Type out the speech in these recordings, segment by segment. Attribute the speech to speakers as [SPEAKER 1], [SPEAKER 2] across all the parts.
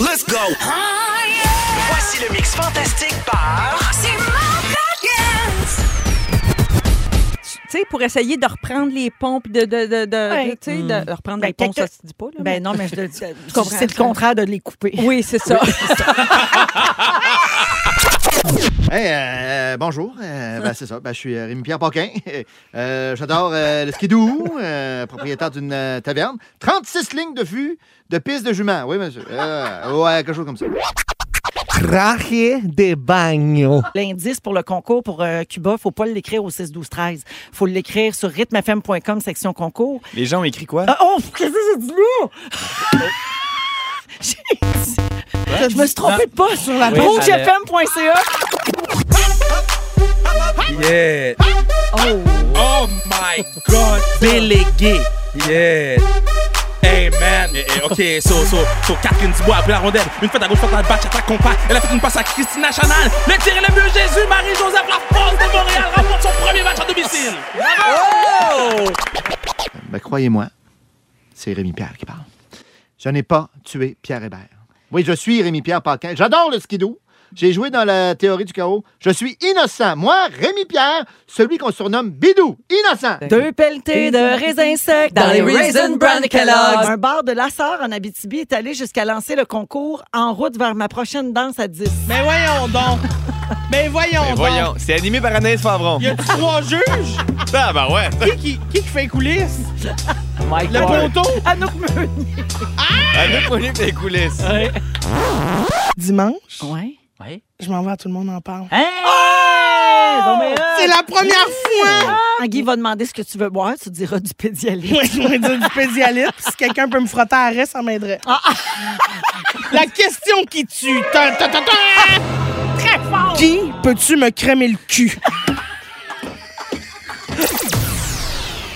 [SPEAKER 1] Let's go!
[SPEAKER 2] Voici le mix fantastique par... C'est
[SPEAKER 3] Tu sais, pour essayer de reprendre les pompes, de, de, de, de-
[SPEAKER 4] Ouais.
[SPEAKER 3] tu sais, de reprendre
[SPEAKER 4] Ben,
[SPEAKER 3] les pompes,
[SPEAKER 4] quelque-
[SPEAKER 3] ça se dit pas. Là,
[SPEAKER 4] Ben non, mais je, je-
[SPEAKER 3] comprends.
[SPEAKER 4] c'est le contraire de les couper.
[SPEAKER 3] mais- Oui, c'est ça.
[SPEAKER 5] Hey, euh, euh, bonjour. Euh, ben, c'est ça. Ben, je suis Rémi-Pierre Paquin. Euh, J'adore euh, le skidoo, euh, propriétaire d'une euh, taverne. 36 lignes de fût de piste de jument. Oui, monsieur. Euh, ouais, quelque chose comme ça.
[SPEAKER 6] Traje de baño.
[SPEAKER 4] L'indice pour le concours pour euh, Cuba, faut pas l'écrire au 6 12 13. Faut l'écrire sur rythmefm.com section concours.
[SPEAKER 7] Les gens ont écrit quoi?
[SPEAKER 4] Ah, oh, qu'est-ce que c'est du lourd J'ai- Je me suis trompée de pas sur la
[SPEAKER 7] Oui, j'allais-
[SPEAKER 4] rougefm.ca.
[SPEAKER 7] Yeah! Oh! Oh my God! Délégué! Yeah! Hey man! Eh, eh, ok, so, so, so, Catherine Dubois après la rondelle. Une fête à gauche, fête à batch, attaque, compas. Elle a fait une passe à Christina Chanal. Le tir est le mieux, Jésus, Marie-Joseph, la France de Montréal remporte son premier match à domicile.
[SPEAKER 5] Ben, croyez-moi, c'est Rémi-Pierre qui parle. Je n'ai pas tué Pierre Hébert. Oui, je suis Rémi-Pierre Paquin. J'adore le skidoo. J'ai joué dans la théorie du chaos. Je suis innocent. Moi, Rémi-Pierre, celui qu'on surnomme Bidou. Innocent.
[SPEAKER 4] Deux pelletées de raisins secs dans les Raisin Bran
[SPEAKER 3] Kellogg's.
[SPEAKER 4] Un bar de Lassar en Abitibi est allé jusqu'à lancer le concours en route vers ma prochaine danse à 10.
[SPEAKER 8] Mais voyons donc! Mais voyons donc!
[SPEAKER 9] Voyons, c'est animé par Anaïs Favron.
[SPEAKER 8] Il y a trois juges!
[SPEAKER 9] Ah, ben ouais.
[SPEAKER 8] Qui qui, qui qui fait coulisses? Le poteau?
[SPEAKER 4] Anouk Meunier.
[SPEAKER 9] Elle nous connu les coulisses.
[SPEAKER 8] Dimanche,
[SPEAKER 4] Ouais.
[SPEAKER 8] je m'en vais à tout le monde en parle.
[SPEAKER 4] Hey! Bon, mais, euh,
[SPEAKER 8] C'est la première fois!
[SPEAKER 4] Tanguy Ah, va demander ce que tu veux boire, tu diras du pédialyte.
[SPEAKER 8] Moi, je vais dire du pédialyte, puis si quelqu'un peut me frotter à reste, ça m'aiderait. La question qui tue. Ta, ta, ta, ta. Qui peux-tu me cramer le cul?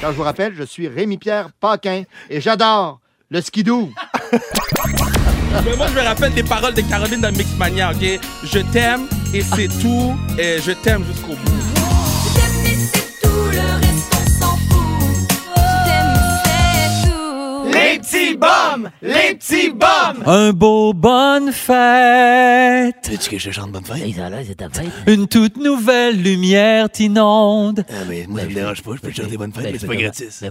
[SPEAKER 5] Quand je vous rappelle, je suis Rémi-Pierre Paquin et j'adore le skidoo.
[SPEAKER 7] Mais moi, je me rappelle des paroles de Caroline dans Mixmania, ok? Je t'aime et c'est tout. Et je t'aime jusqu'au bout.
[SPEAKER 9] Les petits bombes! Les petits bombes!
[SPEAKER 6] Un beau bonne fête.
[SPEAKER 9] Veux-tu que je chante bonne fête?
[SPEAKER 6] Une toute nouvelle lumière t'inonde.
[SPEAKER 9] Ah, mais moi, ça me dérange pas, je peux te chanter bonne fête, mais c'est pas gratis.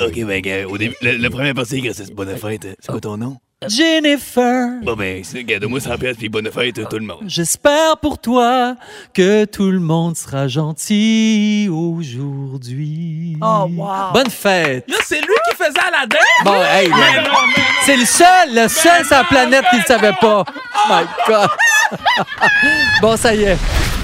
[SPEAKER 9] Ok, ben, gars, au début, le, le premier parti, c'est gratis. Bonne fête. euh, C'est quoi ton nom?
[SPEAKER 6] Jennifer,
[SPEAKER 9] Bon, ben, c'est- gars, donne-moi 100 piastres, puis bonne fête, euh, tout le monde.
[SPEAKER 6] j'espère pour toi que tout le monde sera gentil aujourd'hui.
[SPEAKER 4] Oh, wow.
[SPEAKER 6] Bonne fête.
[SPEAKER 7] Là, c'est lui qui faisait Aladdin!
[SPEAKER 6] Bon, hey, man. c'est le seul, le seul sur la planète qui ne savait pas. My God. bon, ça y est.